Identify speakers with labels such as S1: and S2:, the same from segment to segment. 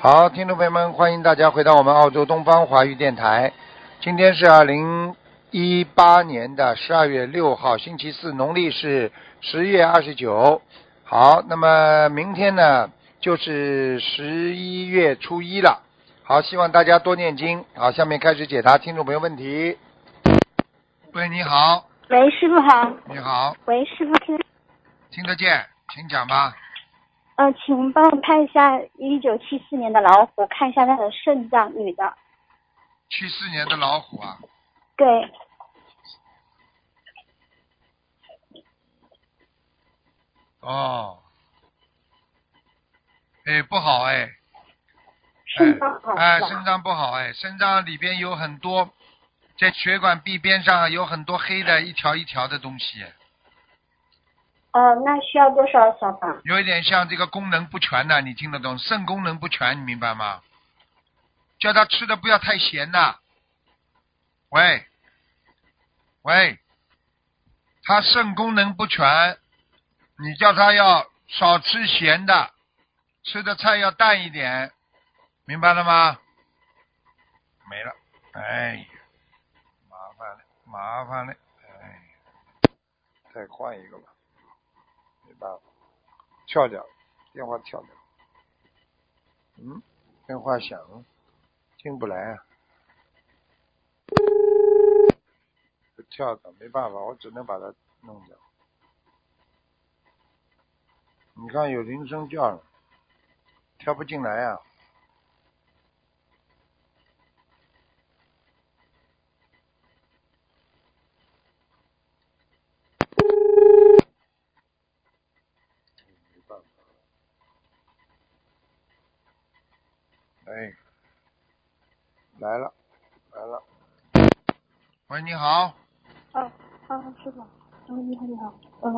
S1: 好，听众朋友们，欢迎大家回到我们澳洲东方华语电台。今天是二零一八年的十二月六号，星期四，农历是十月二十九。好，那么明天呢，就是十一月初一了。好，希望大家多念经。好，下面开始解答听众朋友问题。喂，你好，
S2: 喂，师傅好。
S1: 你好，
S2: 喂，师傅听，
S1: 听得见，请讲吧。
S2: 呃，请帮我看一下一九七四年的老虎，看一下它的肾脏，女的。
S1: 七四年的老虎啊，
S2: 对，
S1: 哦，哎，不好哎，
S2: 肾脏哦好
S1: 哎，
S2: 是吧
S1: 肾脏不好哎，肾脏里边有很多，在血管壁边上有很多黑的一条一条的东西，
S2: 呃，那需要多少小房？
S1: 有一点像这个功能不全呐、你听得懂？肾功能不全，你明白吗？叫他吃的不要太咸呐、喂，喂，他肾功能不全，你叫他要少吃咸的，吃的菜要淡一点，明白了吗？没了，哎呀，麻烦了，麻烦了，哎呀，再换一个吧，没办法，跳掉，电话跳掉，嗯，电话响了，进不来啊，跳的没办法，我只能把它弄掉。你看有铃声叫了，跳不进来啊。没办法了哎，来了，来了。喂，你好，
S3: 啊啊，师傅，嗯，你好，你好，嗯，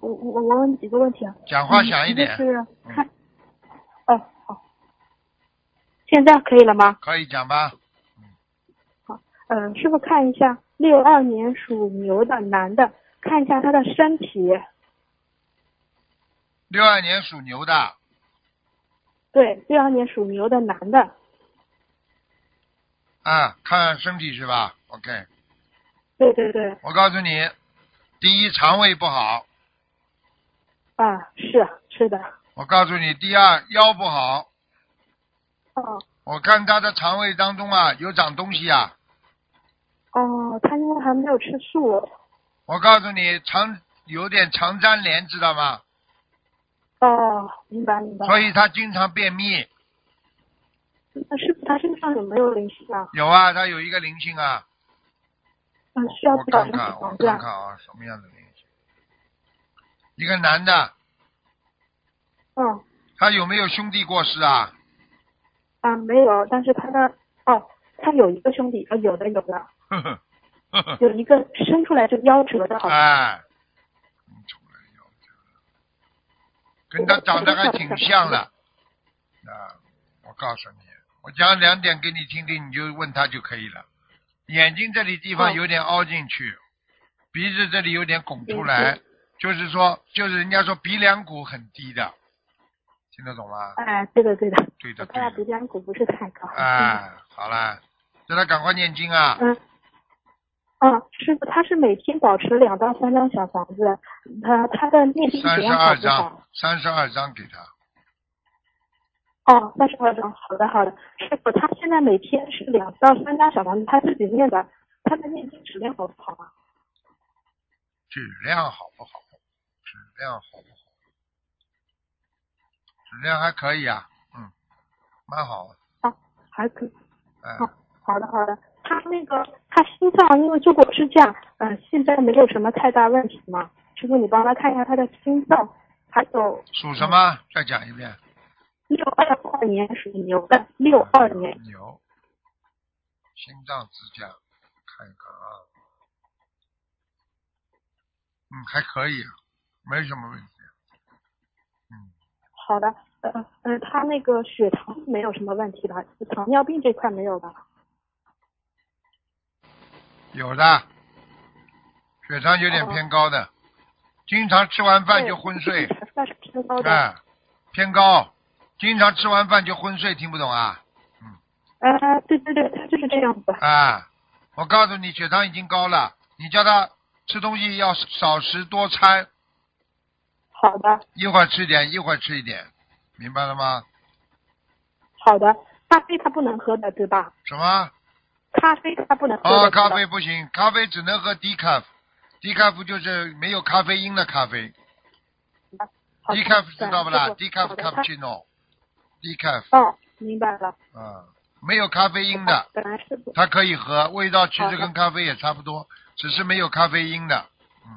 S3: 我我我问几个问题啊？
S1: 讲话响一
S3: 嗯
S1: 点嗯
S3: 一，个是看，哦、好，现在可以了吗？
S1: 可以讲吧？
S3: 嗯、师傅看一下，六二年属牛的男的，看一下他的身体，
S1: 六二年属牛的，
S3: 对，六二年属牛的男的，
S1: 啊，看身体是吧？OK，
S3: 对对对，
S1: 我告诉你，第一肠胃不好，
S3: 啊，是是的，
S1: 我告诉你，第二腰不好，
S3: 哦
S1: 我看他的肠胃当中啊有长东西啊，
S3: 哦，他因为还没有吃素，
S1: 我告诉你肠有点肠粘连，知道吗？
S3: 哦，明白明白。
S1: 所以他经常便秘，
S3: 那师傅他身上有没有灵性啊？
S1: 有啊，他有一个灵性啊，
S3: 嗯，需要
S1: 我
S3: 多少
S1: 看
S3: 张
S1: 看，
S3: 小
S1: 我
S3: 房子
S1: 看
S3: 啊？
S1: 看啊，什么样的灵性？一个男的，
S3: 嗯。
S1: 他有没有兄弟过世啊？
S3: 啊，没有，但是他的哦，他有一个兄弟，呃，有的有的，
S1: 呵呵，呵呵。
S3: 有一个生出来就夭折的，好像、
S1: 哎，嗯出来要这个跟他长得还挺像的。啊，我告诉你，我讲两点给你听听，你就问他就可以了。眼睛这里地方
S3: 哦
S1: 有点凹进去，鼻子这里有点拱出来，就是说，就是人家说鼻梁骨很低的，听得懂吗？
S3: 哎，对的对的，
S1: 对的，
S3: 我
S1: 对
S3: 看他
S1: 的。
S3: 鼻梁骨不是太高。
S1: 哎，好了，叫他赶快念经啊！
S3: 嗯。嗯啊，师傅，他是每天保持两到三张小房子，他他的念经
S1: 三
S3: 质
S1: 十
S3: 量好
S1: 二
S3: 不好
S1: 章？，三十二章给他。
S3: 哦，三十二张，好的好的，师傅，他现在每天是两到三张小房子，他自己念的，他的念经质量好不好啊？
S1: 质量好不好？质量好不好？质量还可以啊，嗯，蛮好啊，
S3: 啊，还可以。
S1: 哎，
S3: 好好的，好的。他那个他心脏因为做过支架，嗯、现在没有什么太大问题嘛。师傅，你帮他看一下他的心脏，还有
S1: 属什么？再讲一遍。
S3: 六二二年属牛的，六二年
S1: 牛，心脏支架，看一看啊，嗯，还可以啊，没什么问题。
S3: 好的，呃呃，他那个血糖没有什么问题吧？糖尿病这块没有吧？
S1: 有的，血糖有点
S3: 哦
S1: 偏高的，经常吃完饭
S3: 对
S1: 就昏睡，啊
S3: 查出来是偏高的。
S1: 哎，偏高，经常吃完饭就昏睡，听不懂啊？
S3: 呃，对对对，他就是这样子。
S1: 啊，我告诉你，血糖已经高了，你叫他吃东西要少食多餐，
S3: 好的，
S1: 一会儿吃一点，一会儿吃一点，明白了吗？
S3: 好的。咖啡他不能喝的，对吧？
S1: 什么？
S3: 咖啡他不能喝的。
S1: 哦，
S3: 对吧
S1: 咖啡不行，咖啡只能喝 decaf。decaf 就是没有咖啡因的咖啡
S3: 好的
S1: ，decaf 知道不啦
S3: 对
S1: ？decaf
S3: 好的他
S1: cappuccino，decaf
S3: 哦，明白了。
S1: 啊，没有咖啡因的，
S3: 本来是不
S1: 它可以喝，味道其
S3: 好
S1: 实
S3: 的
S1: 跟咖啡也差不多，只是没有咖啡因的。嗯，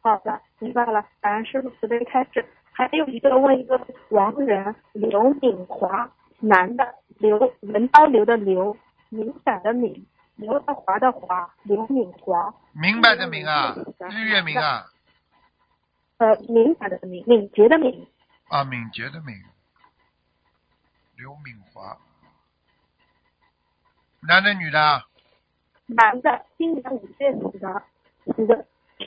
S3: 好的，明白了。感恩师傅慈悲开始。还有一个问一个王人刘敏华，男的刘文刀刘的刘，敏感的敏，刘德华的华，刘敏华，
S1: 明白的明啊，
S3: 嗯
S1: 日月明啊，
S3: 呃，敏感的敏，敏捷的敏。
S1: 啊，敏捷的敏，刘敏华，男的女的啊？
S3: 男的，今年五月底的，你的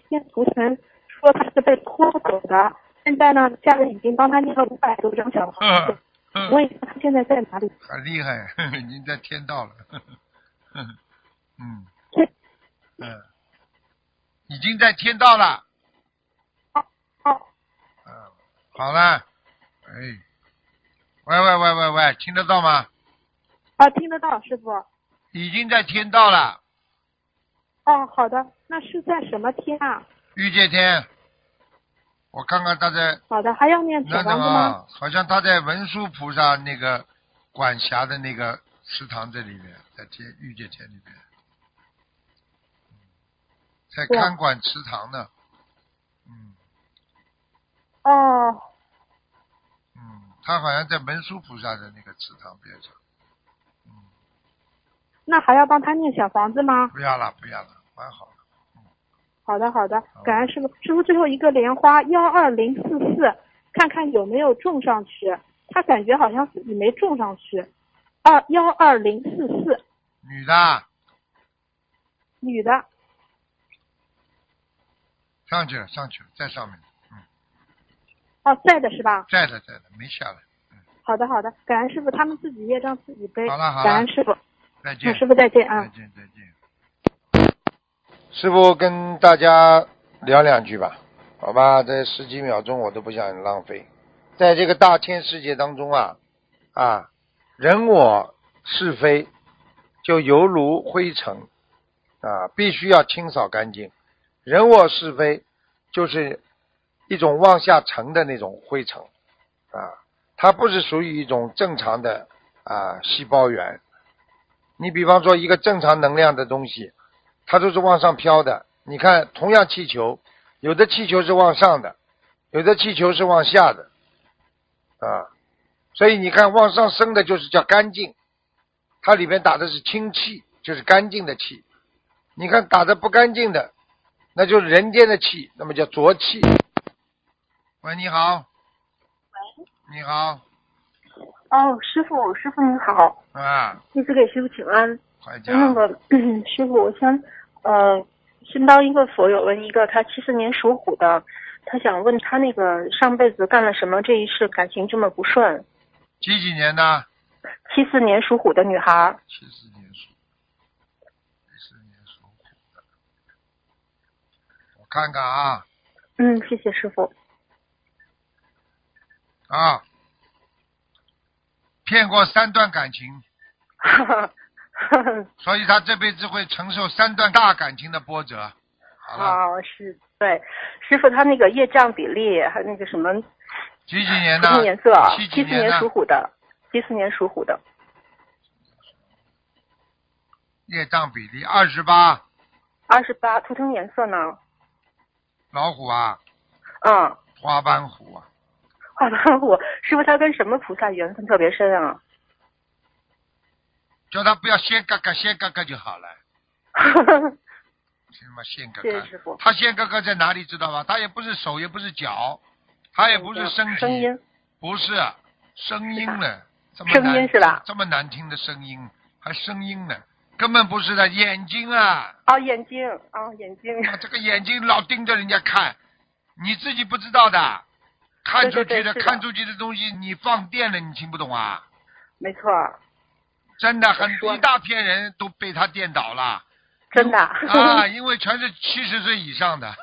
S3: 天图腾说他是被拖走的，现在呢，家人已经帮他念了五百多张小房子
S1: 呵，呵
S3: 问一下他现在在哪里？
S1: 很厉害， 呵呵已经在天道了， 呵呵呵嗯嗯，已经在天道了，
S3: 哦，
S1: 嗯，好了，哎，喂喂喂喂喂，听得到吗？
S3: 啊，听得到，师傅。
S1: 已经在天道了，
S3: 哦，好的，那是在什么天啊？
S1: 玉界天，我看看他在
S3: 好的，还要念小
S1: 那
S3: 房
S1: 等
S3: 子吗？
S1: 啊，好像他在文殊菩萨那个管辖的那个祠堂这里面，在天玉界天里面，在
S3: 对啊
S1: 看管祠堂呢，嗯。
S3: 哦，
S1: 嗯，他好像在文殊菩萨的那个池塘边上。
S3: 那还要帮他念小房子吗？
S1: 不要了，不要了，蛮好了。
S3: 好的，好的
S1: 好，
S3: 感恩师傅。师傅最后一个莲花幺二零四四，看看有没有种上去。他感觉好像自己没种上去。二幺二零四四，
S1: 女的啊
S3: 女的，
S1: 上去了，上去了，在上面，
S3: 哦，在的是吧？
S1: 在的，在的，没下来。
S3: 好的，好的，感恩师傅，他们自己业障自己背。
S1: 好了好了
S3: 感恩师傅，
S1: 再见
S3: 嗯，师傅再见啊。
S1: 再见，再见。师傅跟大家聊两句吧，好吧？这十几秒钟我都不想浪费。在这个大千世界当中啊，啊，人我是非就犹如灰尘啊，必须要清扫干净。人我是非就是一种往下沉的那种灰尘啊，它不是属于一种正常的啊细胞源，你比方说一个正常能量的东西，它都是往上飘的。你看，同样气球，有的气球是往上的，有的气球是往下的，啊，所以你看往上升的就是叫干净，它里面打的是清气，就是干净的气。你看打的不干净的，那就是人间的气，那么叫浊气。喂，你好。喂。你好，
S4: 哦，师傅，师傅您好，
S1: 啊，
S4: 弟子给师傅请安。
S1: 快讲。
S3: 嗯
S4: 那个
S1: 嗯
S4: 师傅，我想，呃，新到一个佛友问一个，他七四年属虎的，他想问他那个上辈子干了什么，这一世感情这么不顺。
S1: 几几年的？
S4: 七四年属虎的女孩儿，
S1: 七四年属，七四年属虎的。我看看啊
S4: 嗯，谢谢师傅。
S1: 啊，骗过三段感情，
S4: 哈
S1: 啊
S4: 哈哈哈
S1: 所以他这辈子会承受三段大感情的波折。好了，
S4: 哦，是对，师傅他那个业障比例还有那个什么
S1: 几几年
S4: 什么
S1: 的？
S4: 颜色啊？
S1: 七
S4: 七
S1: 几
S4: 四年
S1: 的
S4: 属虎的，七四年属虎的，
S1: 业障比例二十八，
S4: 二十八，图腾颜色呢？
S1: 老虎啊，
S4: 嗯。
S1: 花斑虎啊，
S4: 花斑虎，师傅他跟什么菩萨缘分特别深啊？
S1: 叫他不要先嘎嘎先嘎嘎就好了，听什么先嘎
S4: 谢谢
S1: 嘎？
S4: 师傅。
S1: 他先嘎嘎在哪里知道吗？他也不是手，也不是脚，他也不是
S5: 嗯
S1: 身体，
S4: 声音，
S1: 不是声音呢，这么
S4: 声
S1: 难
S4: 音是吧
S1: 这么难听的声音，还声音呢，根本不是的，眼睛啊，
S4: 哦，眼睛，哦，眼睛，
S1: 这个眼睛老盯着人家看，你自己不知道的，看出去的
S5: 对对对是的
S1: 看出去的东西，你放电了，你听不懂啊？
S5: 没错，
S1: 真的很
S5: 说呢
S1: 一大片人都被他电倒 了
S5: 真的。
S1: 啊，因为全是七十岁以上的。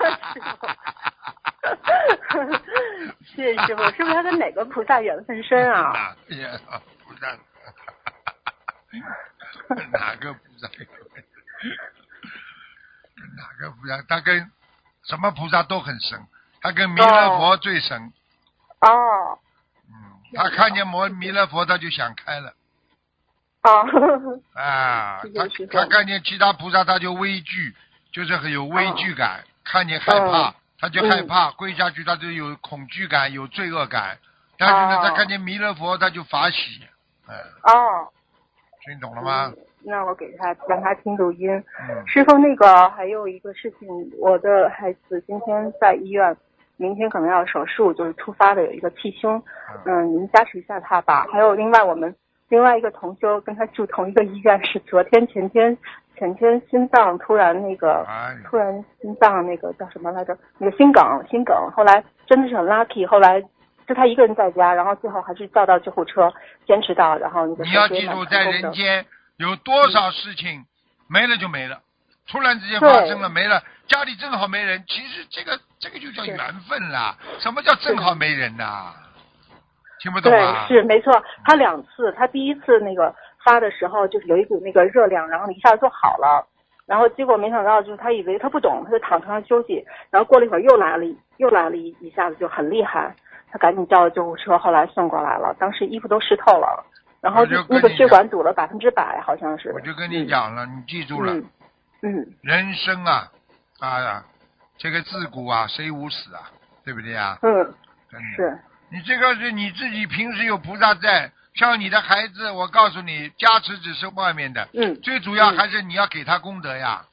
S5: 谢谢师傅，是不是他跟哪个菩萨缘分深啊？
S1: 哪个呀？菩萨， 哪个菩萨？哪个菩萨？他跟什么菩萨都很神，他跟弥勒佛最神。
S5: 哦
S1: 嗯，他看见摩弥勒佛，他就想开了
S5: 哦，
S1: 啊
S5: 是。的
S1: 他
S5: 是的
S1: 他看见其他菩萨，他就畏惧，就是很有畏惧感，看见害怕
S5: 哦嗯，
S1: 他就害怕，跪下去他就有恐惧感，有罪恶感。但是呢，
S5: 哦
S1: 他看见弥勒佛，他就法喜。嗯，
S5: 哦，嗯
S1: 听懂了吗？
S5: 那我给他让他听录音。
S1: 嗯。
S5: 师傅，那个还有一个事情，我的孩子今天在医院，明天可能要手术，就是突发的有一个气胸，嗯，您加持一下他吧。还有另外我们另外一个同修跟他住同一个医院，是昨天前天前天心脏突然那个
S1: 哎呀，
S5: 突然心脏那个叫什么来着？那个心梗，心梗。后来真的是很 lucky，后来就他一个人在家，然后最后还是叫到救护车，坚持到，然后那个
S1: 你要
S5: 手术也
S1: 记
S5: 蛮
S1: 住，
S5: 成
S1: 在
S5: 功
S1: 人
S5: 的
S1: 间有多少事情没了就没了，突然之间发生了没了，家里正好没人，其实这个这个就叫
S5: 是
S1: 缘分啦。什么叫正好没人呐？听不懂啊
S5: 对，？是没错。他两次，他第一次那个发的时候，就是有一股那个热量，然后一下就好了。然后结果没想到，就是他以为他不懂，他就躺床上休息。然后过了一会儿又来了一，又来了一一下子就很厉害，他赶紧叫了救护车，后来送过来了。当时衣服都湿透了，然后
S1: 我就跟
S5: 那个
S1: 你
S5: 血
S1: 讲
S5: 管堵了百分之百，好像是。
S1: 我就跟你讲了，你记住了，
S5: 嗯嗯，
S1: 人生啊，啊，这个自古啊，谁无死啊？对不对啊？
S5: 嗯，
S1: 真的。
S5: 是，
S1: 你这个是你自己平时有菩萨在，像你的孩子，我告诉你，加持只是外面的，
S5: 嗯，
S1: 最主要还是你要给他功德呀，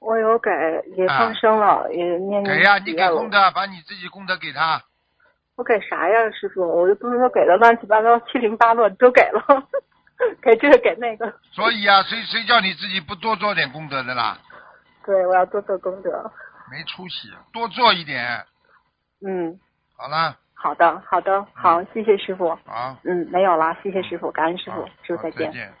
S5: 我有给也
S1: 啊
S5: 放生了，也念念
S1: 给呀，
S5: 经
S1: 你
S5: 了
S1: 给功德，把你自己功德给他，
S5: 我给啥呀，师傅？我就不是说给的乱七八糟、七零八落都给了， 给这个给那个。
S1: 所以啊，谁谁叫你自己不多做点功德的啦？
S5: 对，我要多做功德。
S1: 没出息，多做一点，
S5: 嗯，
S1: 好啦，
S5: 好的，好的，好，谢谢师傅。
S1: 好，
S5: 嗯，没有了，谢谢师傅，感恩师
S1: 嗯好
S5: 傅，师傅
S1: 好
S5: 再见。
S1: 见。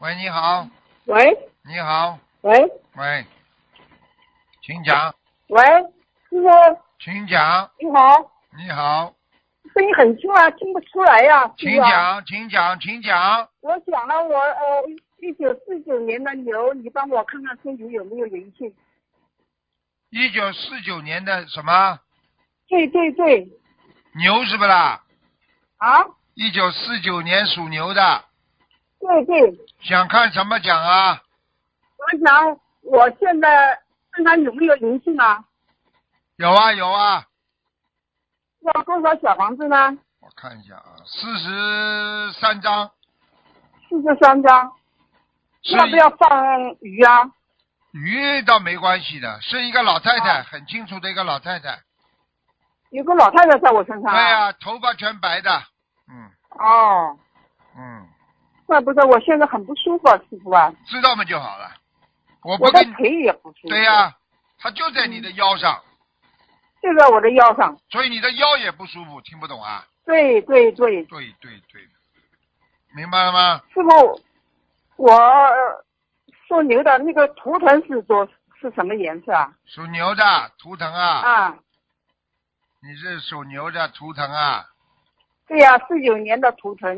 S1: 喂，你好，
S3: 喂
S1: 你好，
S3: 喂
S1: 喂，请讲，
S3: 喂，师傅
S1: 请讲，
S3: 你好，
S1: 你好，
S3: 声音很轻啊，听不出来呀、
S1: 请
S3: 师傅啊。
S1: 讲，请讲，请讲，
S3: 我想了，我呃一九四九年的牛，你帮我看看身体有没有灵性？
S1: 一九四九年的什么
S3: 对对对，
S1: 牛是不啦？
S3: 啊，
S1: 一九四九年属牛的，
S3: 对对，
S1: 想看什么奖啊？
S3: 我想我现在看看有没有灵性啊？
S1: 有啊有啊，
S3: 要多少小房子呢？
S1: 我看一下啊，四十三张。
S3: 四十三张，
S1: 是
S3: 要不要放鱼啊？
S1: 鱼倒没关系的，是一个老太太，
S3: 啊
S1: 很清楚的一个老太太。
S3: 有个老太太在我身上、
S1: 对
S3: 啊。
S1: 呀、头发全白的。嗯
S3: 哦，
S1: 嗯，
S3: 怪不得我现在很不舒服啊，师傅啊，
S1: 知道嘛就好了。我
S3: 我
S1: 不
S3: 的
S1: 跟你
S3: 腿也不舒服。
S1: 对呀、它就在
S3: 嗯
S1: 你的腰上，
S3: 就在我的腰上。
S1: 所以你的腰也不舒服，听不懂啊？
S3: 对对对，
S1: 对对对，明白了吗？
S3: 师傅，我呃属牛的那个图腾是多是什么颜色啊？
S1: 属牛的图腾啊，
S3: 啊，
S1: 你是属牛的图腾啊
S3: 对呀、四九年的图腾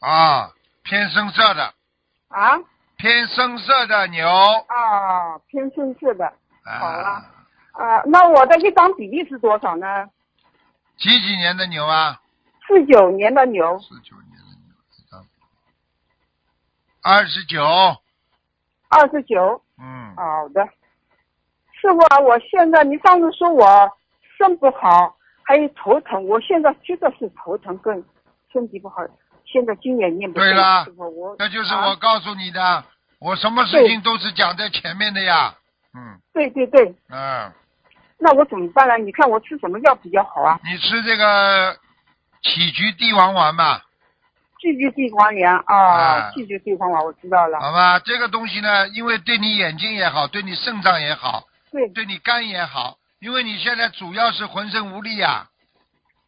S1: 啊，偏深色的，
S3: 啊
S1: 偏深色的牛
S3: 啊，偏深色的好
S1: 啊
S3: 啊，啊。那我的一张比例是多少呢？
S1: 几几年的牛啊？
S3: 四九年的牛，
S1: 四九年的牛，一张二十九，
S3: 二十九。
S1: 嗯，
S3: 好的，师傅啊，我现在你上次说我肾不好，还有头疼，我现在觉得是头疼跟身体不好，现在经也念不
S1: 对啦
S3: 师傅我
S1: 这就是
S3: 啊
S1: 我告诉你的，我什么事情都是讲在前面的呀，嗯
S3: 对对对，
S1: 嗯，
S3: 那我怎么办呢？你看我吃什么药比较好啊？
S1: 你吃这个杞菊地黄丸吧，
S3: 聚集地黄丸
S1: 啊
S3: 啊，聚集地黄丸我知道了。
S1: 好吧，这个东西呢，因为对你眼睛也好，对你肾脏也好，
S3: 对
S1: 对你肝也好，因为你现在主要是浑身无力呀、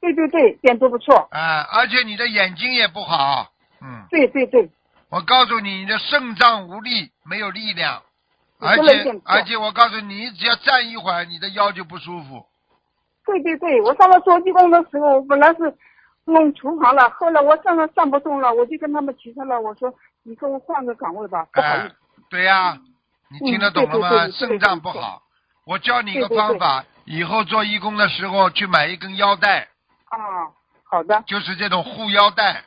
S5: 对对对，点都不错，
S1: 啊，而且你的眼睛也不好，嗯，
S5: 对对对，
S1: 我告诉你，你的肾脏无力，没有力量，
S5: 你
S1: 而
S5: 说了一点
S1: 且
S5: 错
S1: 而且我告诉你，你只要站一会儿，你的腰就不舒服，
S5: 对对对，我上了做义工的时候，我本来是弄厨房了，后来我上了上不动了，我就跟他们提出来，我说你给我换个岗位吧，不好意
S1: 哎
S5: 思，，嗯
S1: 对呀、你听得懂了
S5: 嗯对对对
S1: 吗？
S5: 对对
S1: 肾脏不好，我教你一个
S5: 对对
S1: 方
S5: 对
S1: 法，以后做义工的时候去买一根腰带，
S5: 啊，好的，
S1: 就是这种护腰带，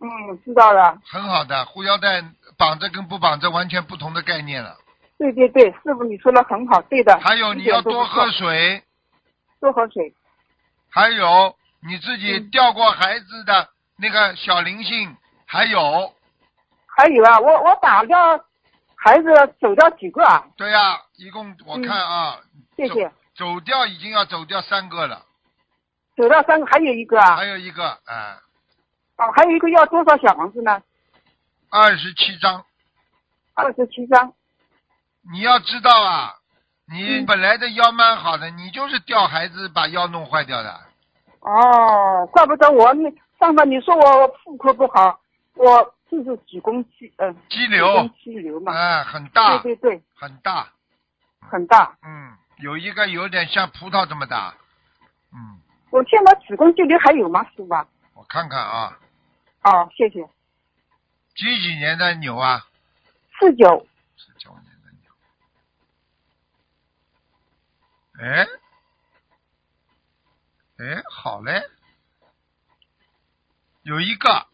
S5: 嗯，知道了，
S1: 很好的护腰带，绑着跟不绑着完全不同的概念了。
S5: 对对对，师傅你说的很好，对的，
S1: 还有
S5: 一
S1: 你
S5: 点
S1: 要
S5: 都不
S1: 多喝
S5: 错
S1: 水，
S5: 多喝水，
S1: 还有你自己
S5: 嗯
S1: 掉过孩子的那个小灵性，还有，
S5: 还有啊，我我打掉孩子走掉几个啊，
S1: 对呀、一共我看啊，
S5: 嗯谢谢，
S1: 走掉已经要走掉三个了，
S5: 走掉三个，还有一个啊
S1: 还，有一个啊，
S5: 哦，还有一个要多少小房子呢？
S1: 二十七章。
S5: 二十七张，
S1: 你要知道啊，
S5: 嗯
S1: 你本来的腰蛮好的，你就是掉孩子把腰弄坏掉的。
S5: 哦，怪不得我你上次你说我妇科不好，我就是子宫肌嗯、
S1: 肌
S5: 子
S1: 瘤
S5: 宫，肌瘤嘛，
S1: 啊，很大
S5: 对对对，
S1: 很大，
S5: 很大。
S1: 嗯，有一个有点像葡萄这么大，嗯，
S5: 我现在子宫肌瘤还有吗，师傅啊？
S1: 我看看啊，
S5: 哦，谢谢。
S1: 几几年的牛啊？
S5: 四九
S1: 是九年的牛。哎，哎，好嘞，有一个，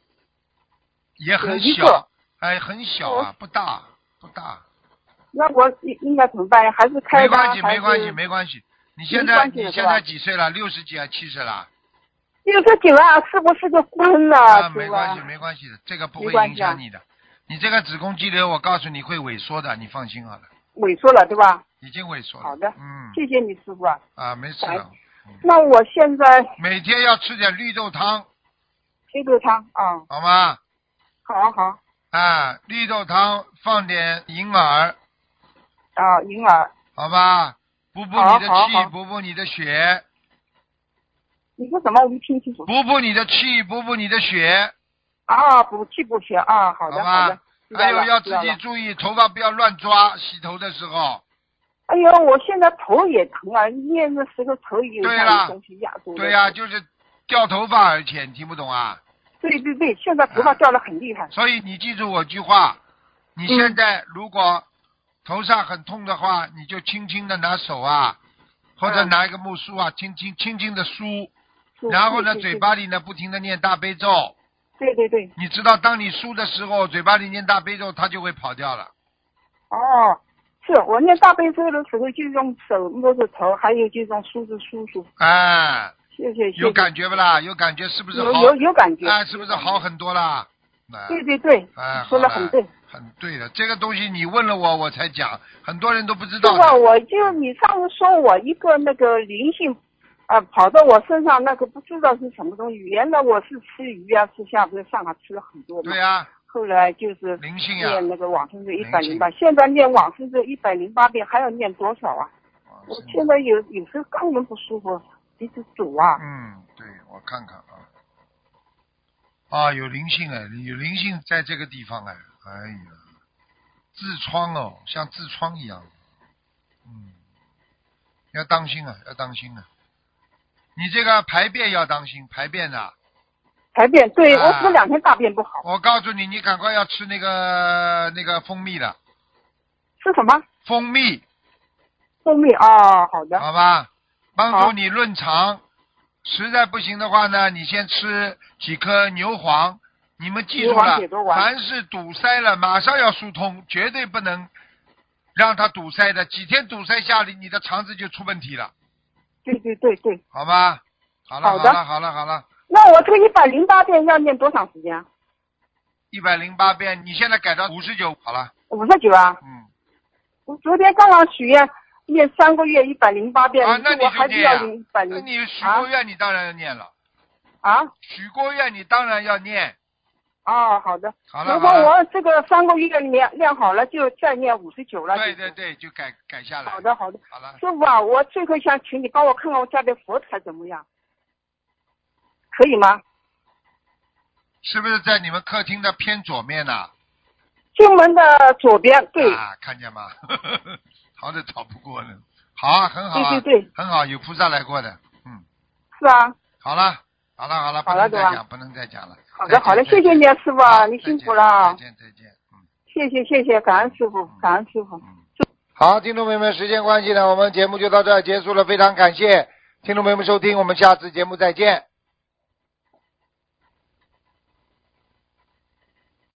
S1: 也很
S5: 有一
S1: 小
S5: 个，哦
S1: 哎，很小啊，不大，不大，
S5: 那我应应该怎么办呀？还是开
S1: 没
S5: 刀？
S1: 关系，
S5: 还
S1: 没
S5: 是
S1: 关系，没关系。你现
S5: 没
S1: 在
S5: 关系
S1: 你
S5: 的是
S1: 现
S5: 吧
S1: 在几岁了？六十几啊，七十了？
S5: 六十九啊，是不是就婚了，
S1: 啊，
S5: 师
S1: 没
S5: 傅
S1: 关系，
S5: 啊？
S1: 没关系的，这个不
S5: 没
S1: 会
S5: 关
S1: 影
S5: 系啊
S1: 响你的。你这个子宫肌瘤，我告诉你会萎缩的，你放心好了，
S5: 萎缩了对吧？
S1: 已经萎缩了。
S5: 好的
S1: 嗯，
S5: 谢谢你，师傅啊。
S1: 啊，没事
S5: 白
S1: 了。
S5: 那我现在
S1: 每天要吃点绿豆汤，
S5: 黑豆汤啊，
S1: 好吗？
S5: 好好
S1: 啊，绿豆汤放点银耳，
S5: 啊，银耳，
S1: 好吧？补补
S5: 好
S1: 你的
S5: 好
S1: 气
S5: 好，
S1: 补补你的血，
S5: 你说什么？我没听清楚。
S1: 补补你的气，补补你的血，
S5: 啊，补气补血啊，好的好
S1: 吧
S5: 的。？知道
S1: 还有
S5: 了
S1: 哎要自
S5: 知道
S1: 己
S5: 了
S1: 注意头发不要乱抓，洗头的时候。
S5: 哎呦，我现在头也疼啊，念的时候头也有
S1: 对
S5: 像
S1: 啦
S5: 有东西压住了。
S1: 对呀、就是掉头发，而且你听不懂啊。
S5: 对对对，现在头发掉的很厉害。
S1: 所以你记住我句话，你
S5: 嗯
S1: 现在如果头上很痛的话，你就轻轻的拿手啊，或者
S5: 嗯
S1: 拿一个木梳啊，轻轻轻轻的梳，
S5: 是
S1: 然后呢，
S5: 是是
S1: 嘴巴里呢不停的念大悲咒。
S5: 对对对，
S1: 你知道，当你梳的时候，嘴巴里念大悲咒，它就会跑掉了。
S5: 哦，是我念大悲咒的时候就用手摸着头，还有就用梳子梳梳。
S1: 哎，
S5: 谢谢谢谢。
S1: 有感觉不啦？有感觉是不是
S5: 有
S1: 好？
S5: 有有感觉。
S1: 哎，是不是好很多啦？哎
S5: 对对对，
S1: 哎，
S5: 说的
S1: 好了
S5: 很对。
S1: 很对的。这个东西你问了我，我才讲，很多人都不知
S5: 师
S1: 道的。
S5: 傅，我就你上次说我一个那个灵性，啊，跑到我身上那个不知道是什么东西。原来我是吃鱼啊，吃虾，不是上海吃了很多嘛。
S1: 对啊呀、
S5: 后来就是
S1: 灵性呀、
S5: 念那个往生咒一
S1: 灵
S5: 百
S1: 性
S5: 零八，现在念往生咒一百零八遍，还要念多少啊？
S1: 啊
S5: 我
S1: 是的
S5: 现在有有时候肛门不舒服，鼻子堵啊。
S1: 嗯，对，我看看啊，啊，有灵性哎，有灵性在这个地方哎，哎呀，痔疮哦，像痔疮一样，嗯，要当心啊，要当心啊，你这个排便要当心，排便呐、
S5: 排便，对
S1: 啊
S5: 我这两天大便不好，
S1: 我告诉你，你赶快要吃那个那个蜂蜜了，
S5: 吃什么？
S1: 蜂蜜
S5: 蜂蜜啊，好的，
S1: 好吧，帮助
S5: 好
S1: 你润肠。实在不行的话呢，你先吃几颗牛黄。你们记住
S5: 牛黄
S1: 了
S5: 解毒，丸
S1: 凡是堵塞了，马上要疏通，绝对不能让它堵塞的。几天堵塞下来，你的肠子就出问题了，
S5: 对对对对。
S1: 好吧？好了，好
S5: 好的
S1: 了，好了，好了，
S5: 那我这个一百零八遍要念多长时间啊？
S1: 一百零八遍，你现在改到五十九，好了，
S5: 五十九啊。
S1: 嗯，
S5: 我昨天刚刚许愿，念三个月一百零八遍，
S1: 啊，
S5: 你
S1: 那
S5: 说
S1: 你
S5: 我
S1: 就
S5: 还是
S1: 念
S5: 要啊
S1: 呀、
S5: 念一百
S1: 那
S5: 零
S1: 你许过愿，你当然要念了，
S5: 啊
S1: 许过愿，你当然要念，
S5: 啊啊，好的。
S1: 好了
S5: 如
S1: 好
S5: 果
S1: 了，
S5: 我这个三个月练练好了，就再练五十九了。
S1: 对
S5: 就是
S1: 对。对，就改改下来。
S5: 好，的好的，
S1: 好了，
S5: 师傅啊，我最后想请你帮我看看我家的佛台怎么样，可以吗？
S1: 是不是在你们客厅的偏左面呢、啊？
S5: 进门的左边，对，
S1: 看见吗？ 好的，逃不过呢。好啊，很好、啊，
S5: 对对对，
S1: 很好，有菩萨来过的。嗯，
S5: 是啊。
S1: 好了，好了，好了，不
S5: 好了
S1: 能再
S5: 对吧
S1: 讲，不能再讲了。
S5: 好
S1: 再
S5: 的
S1: 见
S5: 好的，
S1: 再见
S5: 谢谢你啊，师傅啊，你辛苦了
S1: 再
S5: 啊，
S1: 见，再见，再见嗯。
S5: 谢谢谢谢，感恩师傅，感恩师傅。
S1: 好，听众朋友们，时间关系呢，我们节目就到这儿结束了。非常感谢听众朋友们收听，我们下次节目再见。